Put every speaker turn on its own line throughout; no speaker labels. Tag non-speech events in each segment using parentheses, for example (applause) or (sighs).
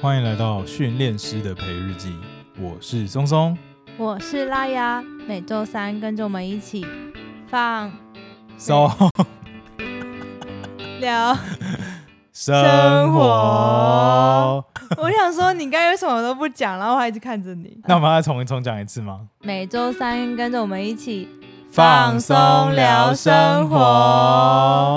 欢迎来到训练师的培日记，我是松松。
我是拉雅，每周三跟着我们一起放
松
聊。
(laughs) 生活
活，我想说，你刚才为什么都不讲，然后我还一直看着你。
那我们要重重讲一次吗？
每周三跟着我们一起，
放
放
松
松
聊
聊
生
生
活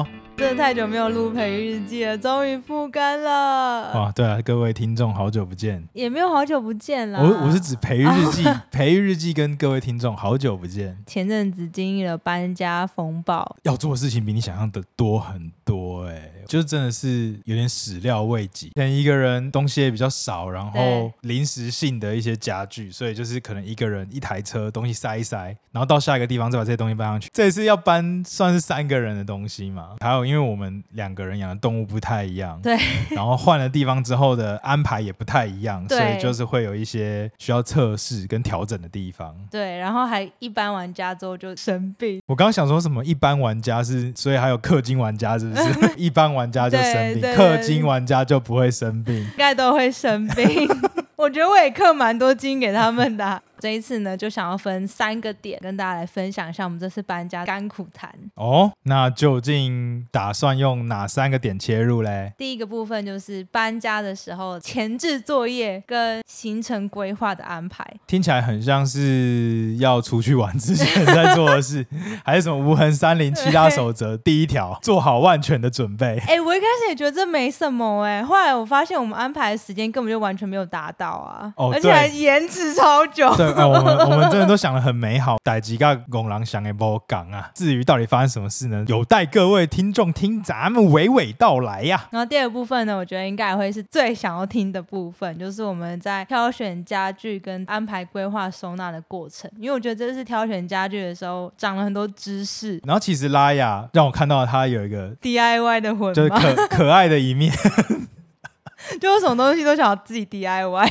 活。真的太久没有录培育日记了，终于复更了。
哇，对啊，各位听众，好久不见。
也没有好久不见啦。
我我是指培育日
(laughs)
记，培育日记跟各位听众好久不见，
前阵子经历了搬家风暴，
要做的事情比你想象的多很多哎、就是真的是有点始料未及。可能一个人东西也比较少，然后
对
临时性的一些家具，所以就是可能一个人一台车东西塞一塞，然后到下一个地方再把这些东西搬上去。这一次要搬算是三个人的东西嘛，还有因为我们两个人养的动物不太一样，
对，
然后换了地方之后的安排也不太一样，所
对
以就是会有一些需要测试跟调整的地方。
对，然后还一搬完家之后就生病，
我刚刚想说什么？一般玩家是，所以还有氪金玩家是不
(laughs)
是？一般玩家就生病，
对对
氪金玩家就不会生病。
应该都会生病。我觉得我也刻蛮多金给他们的啊、这一次呢，就想要分三个点跟大家来分享一下我们这次搬家甘苦谈。
哦，那究竟打算用哪三个点切入嘞？
第一个部分就是搬家的时候前置作业跟行程规划的安排。
听起来很像是要出去玩之前在做的事， (laughs) 还是什么无痕三零七大守则第一条，做好万全的准
(laughs)
备。
哎、我一开始也觉得这没什么哎、后来我发现我们安排的时间根本就完全没有达到啊，
哦
而且还延迟超久。
对，呃、我们我们真的都想的很美好，逮几个拱狼想给波港啊。至于到底发生什么事呢？有待各位听众听咱们娓娓道来呀、
然后第二部分呢，我觉得应该也会是最想要听的部分，就是我们在挑选家具跟安排规划收纳的过程，因为我觉得这是挑选家具的时候长了很多知识
然后其实拉雅让我看到她有一个
，DIY 的魂
就是
嘛，
可 (laughs) 可爱的一面，
(laughs) 就是什么东西都想要自己 DIY，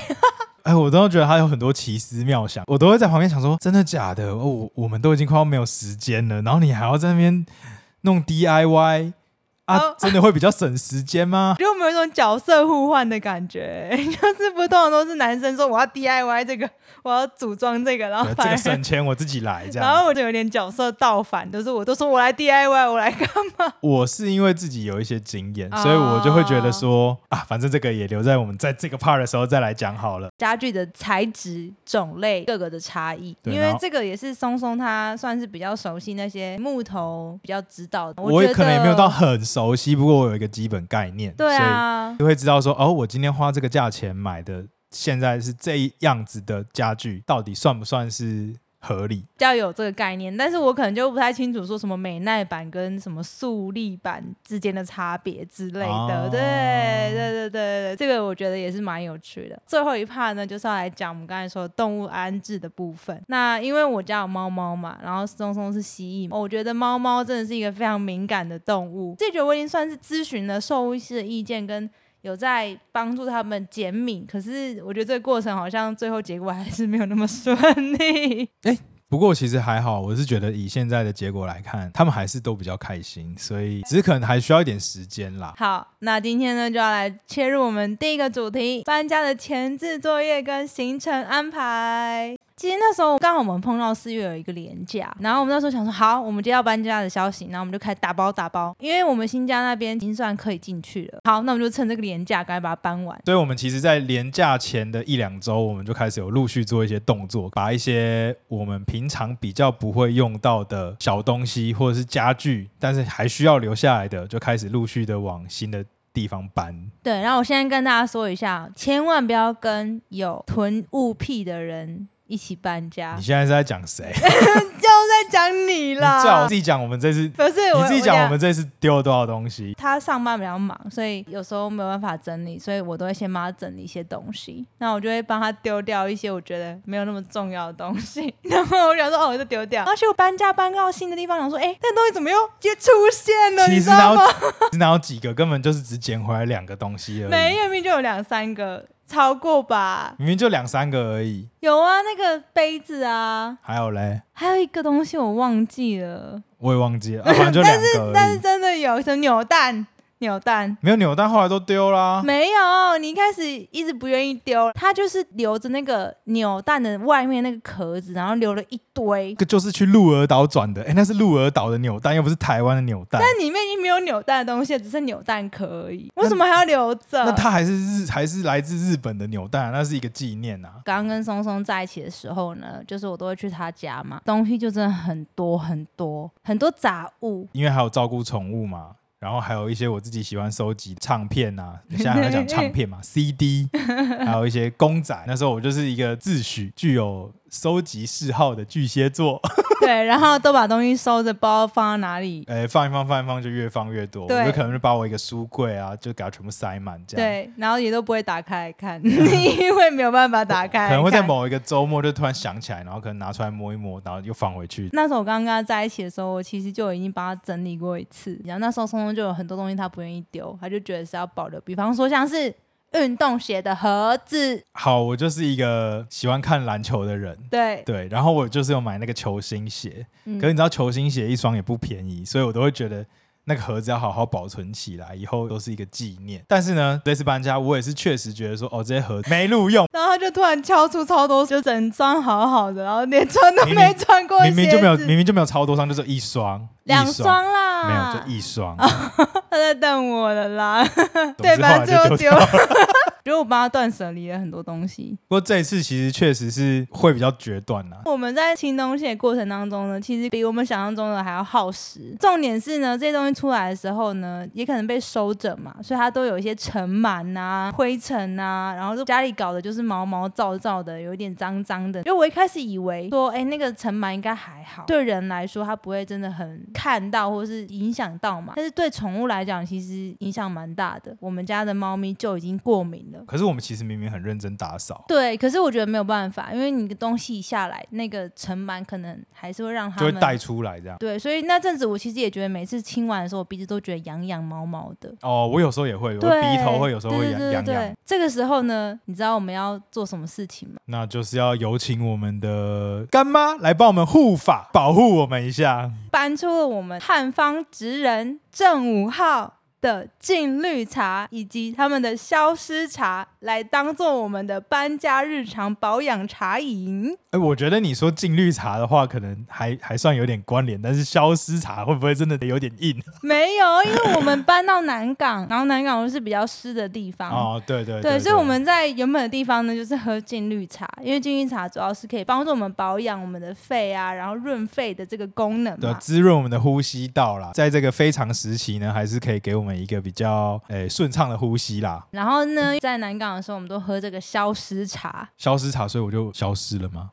哎，我都觉得她有很多奇思妙想，我都会在旁边想说，真的假的？哦，我我们都已经快要没有时间了，然后你还要在那边弄 DIY 啊
哦，
真的会比较省时间吗？
就没有一种角色互换的感觉，欸 (laughs) 就是不通常都是男生说我要 DIY 这个，我要组装这 (laughs) 个，然后
对这
反
个
而。
省钱我自己来这
然
样。
后我就有点角色倒反，就是我都说我来 DIY，我来干嘛？
我是因为自己有一些经验，
哦
所以我就会觉得说啊，反正这个也留在我们在这个 part 的时候再来讲好了。
家具的材质、种类各个的差异，
对
因
然
为
后
这个也是松松他算是比较熟悉那些木头，比较知道的。
我
觉得
可能也没有到很熟悉，不过我有一个基本概念。
对
所以
啊，
就会知道说，哦，我今天花这个价钱买的，现在是这样子的家具，到底算不算是合理？
比较有这个概念，但是我可能就不太清楚说什么美耐版跟什么速力版之间的差别之类的。
哦
对对对对对，对这个我觉得也是蛮有趣的。最后一 part 呢，就是要来讲我们刚才说动物安置的部分。那因为我家有猫猫嘛，然后松松是蜥蜴嘛，我觉得猫猫真的是一个非常敏感的动物。这觉得我已经算是咨询了兽医师的意见跟。有在帮助他们减敏，可是我觉得这个过程好像最后结果还是没有那么顺利。
不过其实还好，我是觉得以现在的结果来看，他们还是都比较开心，所以只是可能还需要一点时间啦。
好，那今天呢就要来切入我们第一个主题——搬家的前置作业跟行程安排。其实那时候刚好我们碰到四月有一个连假，然后我们那时候想说，好，我们接到搬家的消息，然后我们就开始打包打包，因为我们新家那边已经算可以进去了。好，那我们就趁这个连假赶快把它搬完。
所以，我们其实，在年假前的一两周，我们就开始有陆续做一些动作，把一些我们平常比较不会用到的小东西，或者是家具，但是还需要留下来的，就开始陆续的往新的地方搬。
对，然后我现在跟大家说一下，千万不要跟有囤物癖的人一起搬家
你，现在是在讲谁？
就在讲你
你
啦。
最好自己讲，我们这次
不是我
你自己
等
讲，
下
我们这次丢了多少东西？
他上班比较忙，所以有时候没有办法整理，所以我都会先帮他整理一些东西。那我就会帮他丢掉一些我觉得没有那么重要的东西。 (laughs) 然后我想说，哦，我就丢掉。而且我搬家搬到新的地方，想说，哎，那东西怎么又就出现了？
其
你
实
知
哪
道
有
吗？ (laughs)
其实哪有几个，根本就是只捡回来两个东西而
没
已，
有，明明就有两三个，超过吧？
明明就两三个而已。
有啊，那个杯子啊，
还有嘞，
还有一个东西我忘记了，
我也忘记了，啊、反正就两个
(laughs) 但
而
是
已。
真的有，什么扭蛋，扭蛋。
没有扭蛋，后来都丢啦。
没有，你一开始一直不愿意丢，它就是留着那个扭蛋的外面那个壳子，然后留了一堆。
个就是去鹿儿岛转的，哎、那是鹿儿岛的扭蛋，又不是台湾的扭蛋。
但里面已经没有扭蛋的东西了，只剩扭蛋壳而已，为什么还要留
(laughs)
着？
那它还是日，还是来自日本的扭蛋，那是一个纪念啊。
刚跟松松在一起的时候呢，就是我都会去他家嘛，东西就真的很多很多很多杂物，
(laughs) 因为还有照顾宠物嘛，然后还有一些我自己喜欢收集的唱片啊，现在还在讲唱片嘛，CD，还有一些公仔。那时候我就是一个自诩具有收集嗜好的巨蟹座， (laughs)
对，然后都把东西收着，不知道放在哪里。
呃，放一放放一放就越放越多，
对
我就可能就把我一个书柜啊，就给它全部塞满这样。
对，然后也都不会打开来
(laughs)
看，因为没有办法打开来看。
可能会在某一个周末就突然想起来，然后可能拿出来摸一摸，然后又放回去。 (laughs)
那时候我刚跟他在一起的时候，我其实就已经帮他整理过一次。然后那时候松松就有很多东西他不愿意丢，他就觉得是要保留，比方说像是运动鞋的盒子，
好，我就是一个喜欢看篮球的人，
对，
对，然后我就是有买那个球星鞋，
嗯，
可是你知道球星鞋一双也不便宜，所以我都会觉得那个盒子要好好保存起来，以后都是一个纪念。但是呢，这次搬家我也是确实觉得说，哦，这些盒子没录用
然后他就突然敲出超多，就整双好好的，然后连穿都
明明
没穿过
明明就没有
鞋子
明明就没有超多双，就是一双，
两
一
双啊
没有
啦，
就一
(laughs)
双，
他在瞪我了啦，
总
对，
之
反正
后来就丢
最后丢
掉。
了。 (laughs) 觉得我帮他断舍离了很多东西。
不过这一次其实确实是会比较决断啊啦、
我们在清东西的过程当中呢，其实比我们想象中的还要耗时。重点是呢，这些东西出来的时候呢，也可能被收整嘛，所以它都有一些尘螨啊、灰尘啊，然后就家里搞的就是毛毛躁躁的，有一点脏脏的。因为我一开始以为说，哎、那个尘螨应该还好，对人来说它不会真的很看到或是影响到嘛，但是对宠物来讲，其实影响蛮大的。我们家的猫咪就已经过敏了。
可是我们其实明明很认真打扫，
对，可是我觉得没有办法，因为你的东西一下来，那个尘螨可能还是会让他
就会
们
带出来这样。
对，所以那阵子我其实也觉得，每次清完的时候，我鼻子都觉得痒痒毛毛的。
哦，我有时候也会，我
对，
鼻头会有时候会
对
痒
对对
痒
对
痒，
这个时候呢，你知道我们要做什么事情吗？
那就是要有请我们的干妈来帮我们护法，保护我们一下。
搬出了我们汉方职人正五号的净绿茶以及他们的消失茶，来当做我们的搬家日常保养茶饮。
哎、我觉得你说净绿茶的话，可能还还算有点关联，但是消失茶会不会真的有点硬？ (laughs)
没有，因为我们搬到南港， (laughs) 然后南港又是比较湿的地方。
哦，对对
对，所以我们在原本的地方呢，就是喝净绿茶，因为净绿茶主要是可以帮助我们保养我们的肺啊，然后润肺的这个功能
对
嘛。
滋润我们的呼吸道啦，在这个非常时期呢，还是可以给我们一个比较诶顺畅的呼吸啦。
然后呢，在南港的时候，我们都喝这个消失茶。
消失茶，所以我就消失了吗？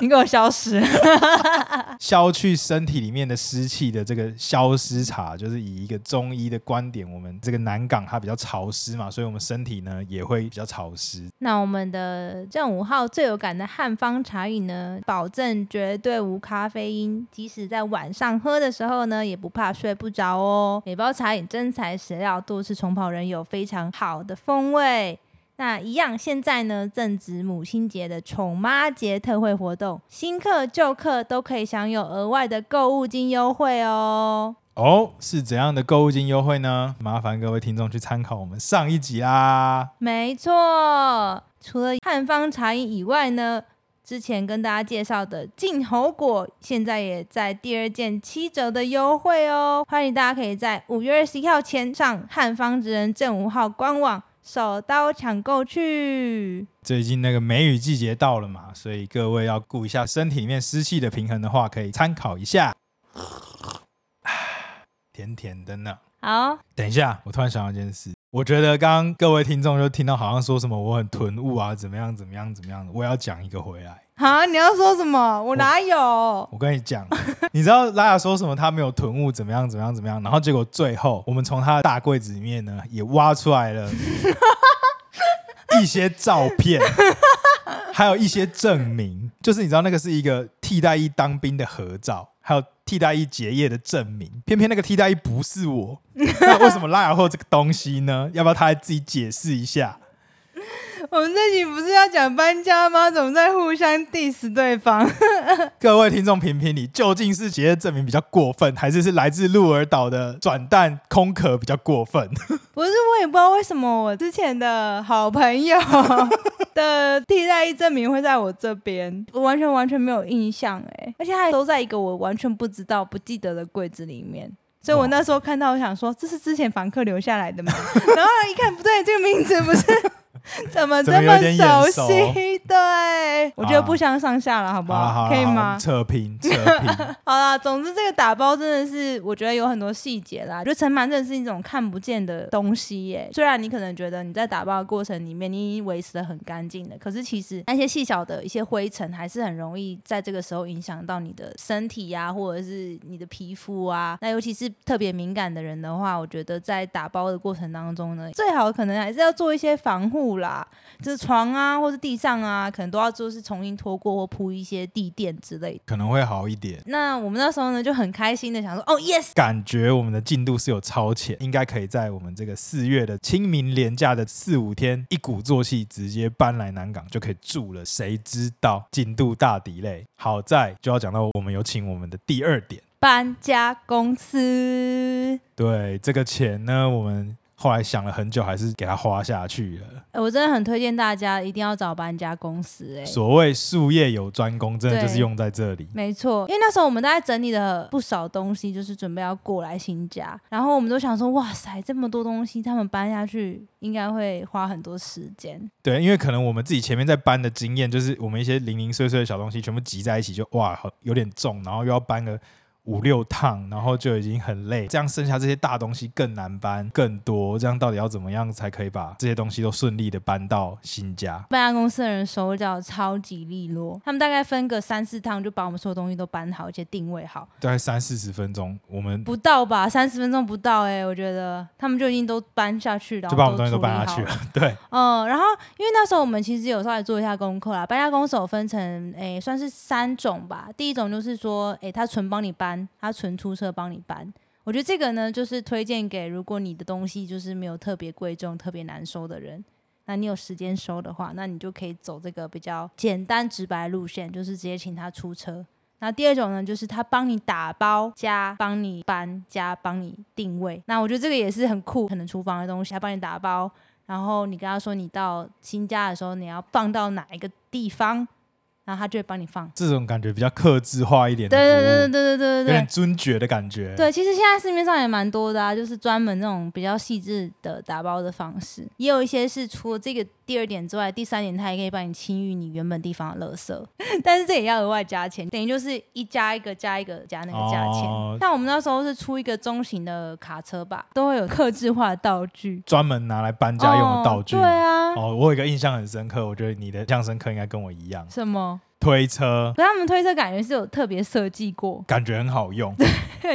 你给我消失，啊
消去身体里面的湿气的这个消湿茶，就是以一个中医的观点，我们这个南港它比较潮湿嘛，所以我们身体呢也会比较潮湿。
那我们的正五号最有感的汉方茶饮呢，保证绝对无咖啡因，即使在晚上喝的时候呢，也不怕睡不着哦。每包茶饮真材实料，都是虫跑人有非常好的风味。那一样，现在呢正值母亲节的宠妈节特惠活动，新客旧客都可以享有额外的购物金优惠哦。
哦，是怎样的购物金优惠呢？麻烦各位听众去参考我们上一集啊啦。
没错，除了汉方茶饮以外呢，之前跟大家介绍的进猴果，现在也在第二件七折的优惠哦，欢迎大家可以在五月二十一号前上汉方职人正五号官网手刀抢购去。
最近那个梅雨季节到了嘛，所以各位要顾一下身体里面湿气的平衡的话，可以参考一下。 (sighs) 甜甜的呢。
好，
等一下，我突然想到一件事，我觉得刚刚各位听众就听到好像说什么我很囤物啊，怎么样怎么样怎么样的，我也要讲一个回来。
好，你要说什么？我哪有？
我跟你讲， (laughs) 你知道拉雅说什么？他没有囤物，怎么样怎么样怎么样？然后结果最后，我们从他的大柜子里面呢，也挖出来了一些照片，还有一些证明，就是你知道那个是一个替代役当兵的合照，还有替代役结业的证明。偏偏那个替代役不是我，那为什么拉雅会有这个东西呢？要不要他自己解释一下？
(laughs) 我们这集不是要讲搬家吗？怎么在互相 diss 对方？
各位听众评评理，究竟是杰业证明比较过分，还是是来自鹿儿岛的转蛋空壳比较过分？
不是，我也不知道为什么我之前的好朋
(laughs)
友的替代役证明会在我这边，我完全完全没有印象哎、而且还都在一个我完全不知道、不记得的柜子里面。所以我
哇
那时候看到，我想说这是之前房客留下来的
(laughs)
吗？然后一看，不对，这个名字不是 (laughs) 怎么
怎
这
么有
么
点眼
熟
熟
悉？对，我觉得
啊
不相上下了，好不
好啦好啦
可以
好啦
吗？
我们测评测
(laughs)
评，
好啦，总之这个打包真的是，我觉得有很多细节啦。就尘螨真的是一种看不见的东西耶。虽然你可能觉得你在打包的过程里面，你已经维持的很干净了，可是其实那些细小的一些灰尘，还是很容易在这个时候影响到你的身体呀、或者是你的皮肤啊。那尤其是特别敏感的人的话，我觉得在打包的过程当中呢，最好可能还是要做一些防护啦。就是床啊，或是地上啊，可能都要就是重新拖过或铺一些地垫之类的。
可能会好一点。
那我们那时候呢就很开心的想说，哦，yes，
感觉我们的进度是有超前，应该可以在我们这个四月的清明连假的四五天，一鼓作气直接搬来南港就可以住了。谁知道进度大抵嘞？好在就要讲到我们有请我们的第二点，
搬家公司。
对这个钱呢，我们后来想了很久，还是给它花下去了。
哎我真的很推荐大家一定要找搬家公司、哎。
所谓术业有专攻，真的就是
对
用在这里。
没错，因为那时候我们大概整理了不少东西，就是准备要过来新家，然后我们都想说，哇塞，这么多东西，他们搬下去应该会花很多时间。
对，因为可能我们自己前面在搬的经验，就是我们一些零零碎碎的小东西全部集在一起就，哇，好有点重，然后又要搬个五六趟，然后就已经很累。这样剩下这些大东西更难搬，更多。这样到底要怎么样才可以把这些东西都顺利的搬到新家？
搬家公司的人手脚超级利落，他们大概分个三四趟就把我们所有东西都搬好，而且定位好。
大概三四十分钟，我们
不到吧，三十分钟不到哎、我觉得他们就已经都搬下去，然后
就把我们东西
都
都
处
搬
理
下
好
去
了。
了。对，
嗯，然后因为那时候我们其实有稍微做一下功课啦，搬家公司有分成诶、算是三种吧。第一种就是说，诶、他纯帮你搬，他纯出车帮你搬。我觉得这个呢，就是推荐给如果你的东西就是没有特别贵重、特别难收的人，那你有时间收的话，那你就可以走这个比较简单直白的路线，就是直接请他出车。那第二种呢，就是他帮你打包加帮你搬加帮你定位。那我觉得这个也是很酷，可能厨房的东西他帮你打包，然后你跟他说你到新家的时候你要放到哪一个地方，然后他就会帮你放。
这种感觉比较克制化一点
对
的
对
服
对
务
对对对
有
对
点
对。
尊爵的感觉。
对，其实现在市面上也蛮多的啊，就是专门那种比较细致的打包的方式，也有一些是除了这个第二点之外，第三点它也可以帮你清运你原本地方的垃圾，但是这也要额外加钱，等于就是一加一个加一个加那个价钱。
哦
但我们那时候是出一个中型的卡车吧，都会有客制化的道具，
专门拿来搬家用的道具。
哦、对啊，
(laughs) 哦，我有一个印象很深刻，我觉得你的印象深刻应该跟我一样，
什么？
推车。
可是他们推车感觉是有特别设计过， (laughs)
感觉很好用，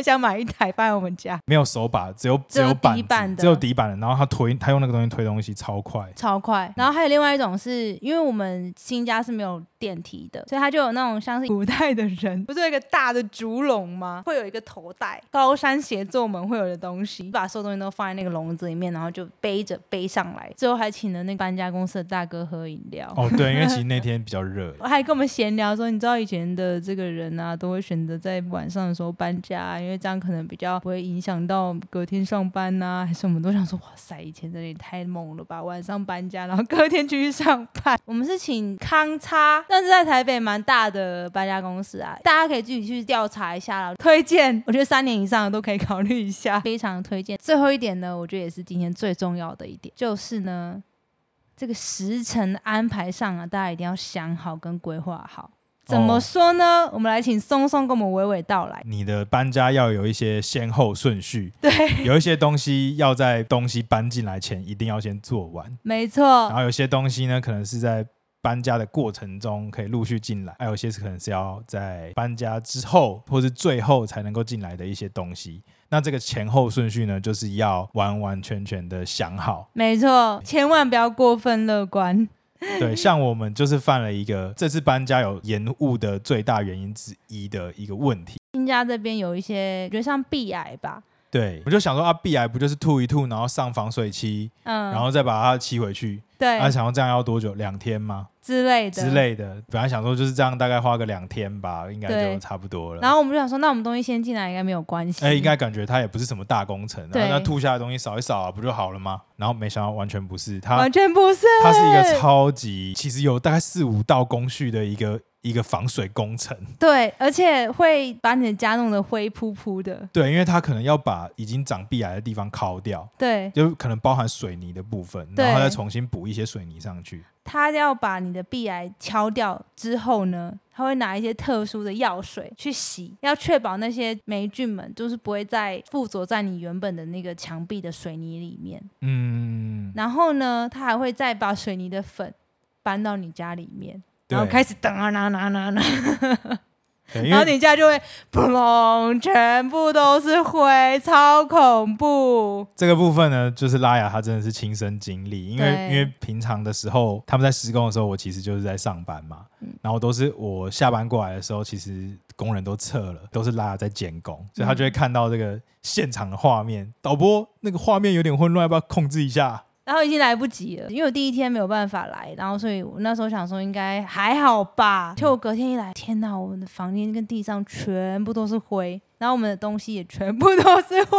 想买一台放在我们家，
没有手把，只有
只有
有板
底
子，
板的
只有底板的。然后他推，他用那个东西推东西超快，
超快。然后还有另外一种是，因为我们新家是没有电梯的，所以它就有那种像是古代的人，不是有一个大的竹笼吗？会有一个头带，高山协作们会有的东西，把所有东西都放在那个笼子里面，然后就背着背上来。最后还请了那个搬家公司的大哥喝饮料。，
哦，对，因为其实那天比较热
还跟我们闲聊说，你知道以前的这个人啊，都会选择在晚上的时候搬家、因为这样可能比较不会影响到隔天上班呐、还是我们都想说，哇塞，以前真的也太猛了吧，晚上搬家，然后隔天继续 (laughs) 上班。我们是请康差，但是在台北蛮大的搬家公司啊，大家可以自己去调查一下啦。推荐，我觉得三年以上的都可以考虑一下，非常推荐。最后一点呢，我觉得也是今天最重要的一点，就是呢，这个时辰安排上啊，大家一定要想好跟规划好。怎么
哦
说呢？我们来请松松跟我们娓娓道来。
你的搬家要有一些先后顺序，
对，
有一些东西要在东西搬进来前一定要先做完，
没错
然，后有些东西呢可能是在。搬家的过程中可以陆续进来，还有一些是可能是要在搬家之后或是最后才能够进来的一些东西。那这个前后顺序呢，就是要完完全全的想好，
没错，千万不要过分乐观。 (laughs)
对，像我们就是犯了一个这次搬家有延误的最大原因之一的一个问题。
新家这边有一些，我觉得像壁癌吧，
对，我就想说啊，壁癌不就是吐一吐，然后上防水漆，
嗯，
然后再把它漆回去？
对、
啊，想要这样要多久？两天吗？
之类的
之。类的。本来想说就是这样，大概花个两天吧，应该
对
就差不多了。
然后我们就想说，那我们东西先进来应该没有关系。
哎、应该感觉它也不是什么大工程，然
对
后那吐下的东西扫一扫、啊、不就好了吗？然后没想到完全不是，它
完全不是，
它是一个超级，其实有大概四五道工序的一个一个防水工程。
对，而且会把你的家弄得灰扑扑的。
对，因为它可能要把已经长壁癌的地方敲掉，
对，
就可能包含水泥的部分，
对
然后它再重新补一些水泥上去。
他要把你的壁癌敲掉之后呢，他会拿一些特殊的药水去洗，要确保那些霉菌们就是不会再附着在你原本的那个墙壁的水泥里面。
嗯，
然后呢，他还会再把水泥的粉搬到你家里面，
对
然后，开始噔啊啦啦啦啦，
对因
然后
为
你家就会扑隆，全部都是灰，超恐怖。
这个部分呢，就是拉雅她真的是亲身经历，因为
对
因为平常的时候他们在施工的时候，我其实就是在上班嘛，然后都是我下班过来的时候，其实工人都撤了，都是拉雅在监工，所以她就会看到这个现场的画面。导播，那个画面有点混乱，要不要控制一下？
然后已经来不及了，因为我第一天没有办法来，然后所以我那时候想说应该还好吧。结果我隔天一来，天哪，我们的房间跟地上全部都是灰，然后我们的东西也全部都是灰。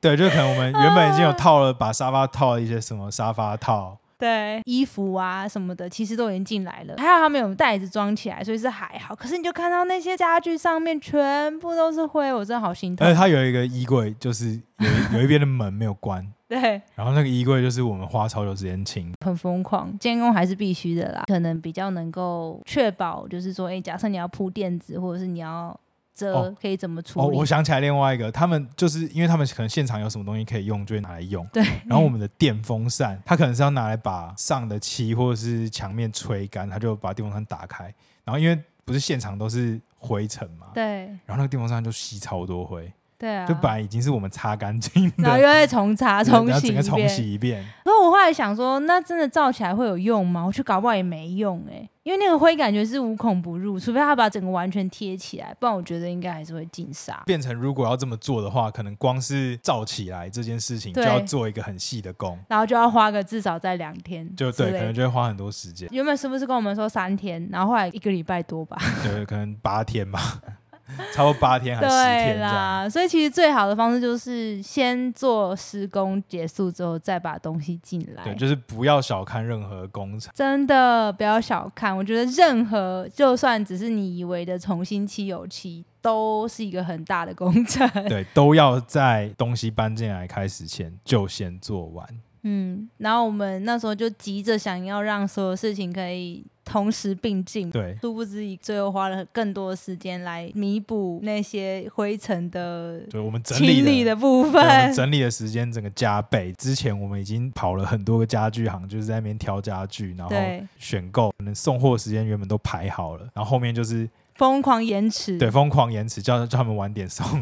对，就可能我们原本已经有套了，把沙发套了一些什么沙发套，
对，衣服啊什么的，其实都已经进来了，还好他们有袋子装起来，所以是还好。可是你就看到那些家具上面全部都是灰，我真的好心
而且
痛。
它有一个衣柜，就是有一有一边的门没有关，
(laughs) 对，
然后那个衣柜就是我们花超久时间清。
很疯狂，监工还是必须的啦，可能比较能够确保，就是说，哎，假设你要铺垫子，或者是你要遮，
哦
可以怎么处
哦，
理？
我想起来另外一个，他们就是因为他们可能现场有什么东西可以用，就会拿来用。
对，
然后我们的电风扇，它可能是要拿来把上的漆或者是墙面吹干，它就把电风扇打开。然后因为不是现场都是灰尘嘛，
对
然后那个电风扇就吸超多灰，
对啊，
啊就本来已经是我们擦干净的，
然后又再重擦
然后
重洗
整个
一
重
遍。
洗一遍。
可是我后来想说，那真的照起来会有用吗？我去搞不好也没用哎、因为那个灰感觉是无孔不入，除非他把整个完全贴起来，不然我觉得应该还是会进沙。
变成如果要这么做的话，可能光是造起来这件事情就
对
要做一个很细的工，
然后就要花个至少在两天，
就对，可能。就会花很多时间，
原本是不是跟我们说三天，然后后来一个礼拜
(laughs)
多吧？
对，可能八天吧， (laughs) 超过八天还是十
对
天这样。
啦，所以其实最好的方式就是先做施工结束之后，再把东西进来。
对，就是不要小看任何工程。 (laughs)
真的不要小看，我觉得任何就算只是你以为的重新漆油漆，都是一个很大的工程。
(laughs) 对，都要在东西搬进来开始前就先做完。
嗯，然后我们那时候就急着想要让所有事情可以同时并进。
对，
殊不知，最后花了更多的时间来弥补那些灰尘的
对我们整
清
理
理的部
对我们
分。
整理的时间整个加倍。之前我们已经跑了很多个家具行，就是在那边挑家具，然后
对
选购，可能送货时间原本都排好了，然后后面就是
疯狂延迟。
对疯狂延迟，叫叫他们晚点送。 (laughs)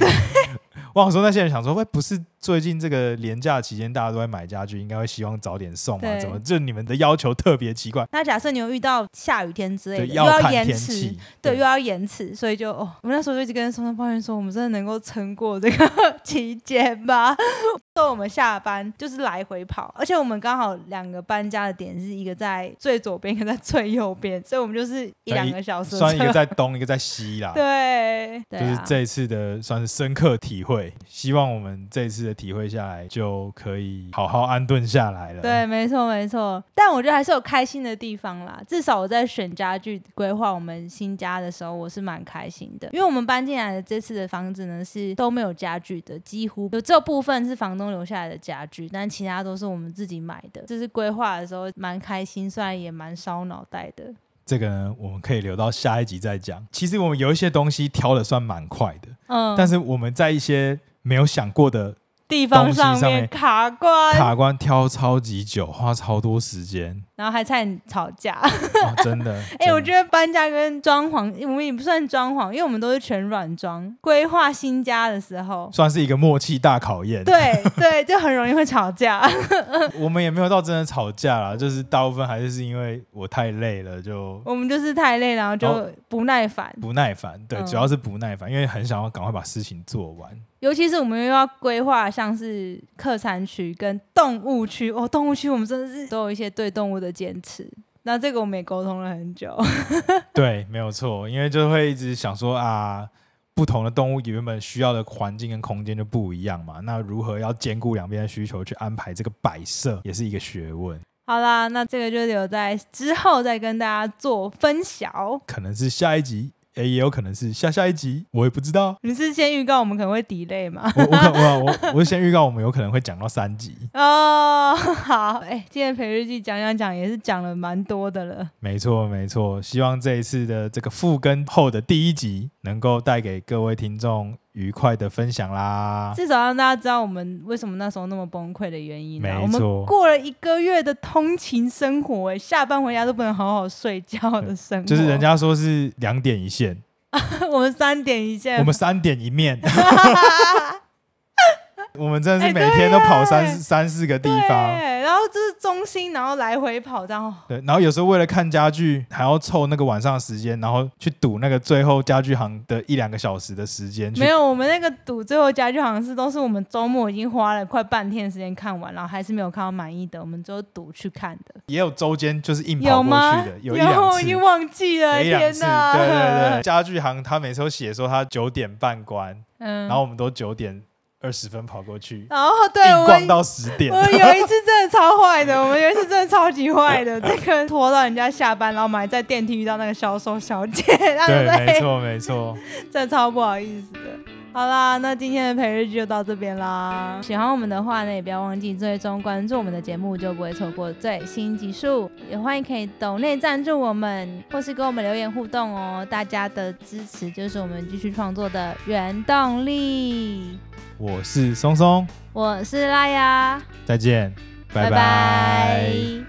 我想说那些人想说，喂，不是最近这个廉价期间大家都在买家具，应该会希望早点送嘛？
对
怎么就你们的要求特别奇怪？
那假设你有遇到下雨天之类
对，
的，又要
看
延
天
迟
气，，
对，又要延迟，所以就哦，我们那时候就一直跟松松抱怨说，我们真的能够撑过这个 (laughs) 期间吧？到我们下班就是来回跑，而且我们刚好两个搬家的点是一个在最左边，一个在最右边，所以我们就是一
对
两
一
个小时的
算一个
车
在东，一个在西啦。
(laughs) 对啊对
就是
啊，
这一次的算是深刻体会，希望我们这一次的体会下来，就可以好好安顿下来了。
对，没错没错。但我觉得还是有开心的地方啦，至少我在选家具规划我们新家的时候，我是蛮开心的，因为我们搬进来的这次的房子呢是都没有家具的，几乎有这部分是房东留下来的家具，但其他都是我们自己买的。这是规划的时候蛮开心，虽然也蛮烧脑袋的。
这个呢，我们可以留到下一集再讲。其实我们有一些东西挑的算蛮快的，
嗯，
但是我们在一些没有想过的
地方
东西上
面
面
卡关，
卡关挑超级久，花超多时
(laughs)
间、
然后还差点吵架。 (laughs)
哦，真的。
哎、我觉
得
得搬家跟装潢，我们也不算装潢，因为我们都是全软装。规划新家的时候，
算是一个默契大考验。
对对，就很容易会吵架。 (laughs)
我们也没有到真的吵架啦，就是大部分还是是因为我太累了，就
我们就是太累，然后
然后
就不耐烦。
不耐烦，对，
嗯 (laughs)
主要是不耐烦，因为很想要赶快把事情做完。
尤其是我们又要规划像是客餐区跟动物区哦，动物区我们真的是都有一些对动物的坚持。那这个我们也沟通了很久，
对，没有错，因为就会一直想说啊，不同的动物原本需要的环境跟空间就不一样嘛，那如何要兼顾两边的需求去安排这个摆设，也是一个学问。
好啦，那这个就留在之后再跟大家做分享。
可能是下一集，诶，也有可能是下下一集，我也不知道。
你是先预告我们可能会 delay 吗？
我我可我我我先预告，我们有可能会讲到三集，
哦， (laughs) 好，哎、今天《陪日记》讲讲讲也是讲了蛮多的了。
没错没错。希望这一次的这个复更后的第一集，能够带给各位听众愉快的分享啦。
至少让大家知道我们为什么那时候那么崩溃的原因、啊。
没
我们
错
过了一个月的通勤生活、哎，下班回家都不能好好睡觉的生活。
就是人，家说是两点一线，
(laughs) 我们三点一线，
我们三点一
(laughs)
面。我们真的是每天都跑三、
哎对耶
三四个地
对，
方，
然后就是中心，然后来回跑这样。哦
对，然后有时候为了看家具，还要凑那个晚上的时间，然后去赌那个最后家具行的一两个小时的时间去
没有，我们那个赌最后家具好像是都是我们周末已经花了快半天的时间看完，然后还是没有看到满意的，我们就赌去看的。
也有周间就是硬嗯跑
有
过
吗
去的，？有一
然后
两
我
次，
已经忘
(laughs)
记了，
有一两
天
次，
哪！
哎对对
(laughs)
对，家具行他每次都写说他九点半关，
嗯，
然后我们都九点二十分跑过去，
然后 (laughs) 对
硬
我
逛到十点
我，有一次真的超坏的，我们有一次真的超级坏的，这个拖到人家下班，然后我们还在电梯遇到那个销售小姐， (laughs) 让
对，
人
没
类 (laughs)
错没错，
真的超不好意思的。好啦，那今天的陪日记就到这边啦。喜欢我们的话呢，也不要忘记最终关注我们的节目，就不会错过最新集数。也欢迎可以抖内赞助我们，或是跟我们留言互动哦。大家的支持就是我们继续创作的原动力。
我是松松，
我是拉雅，
再见，拜
拜拜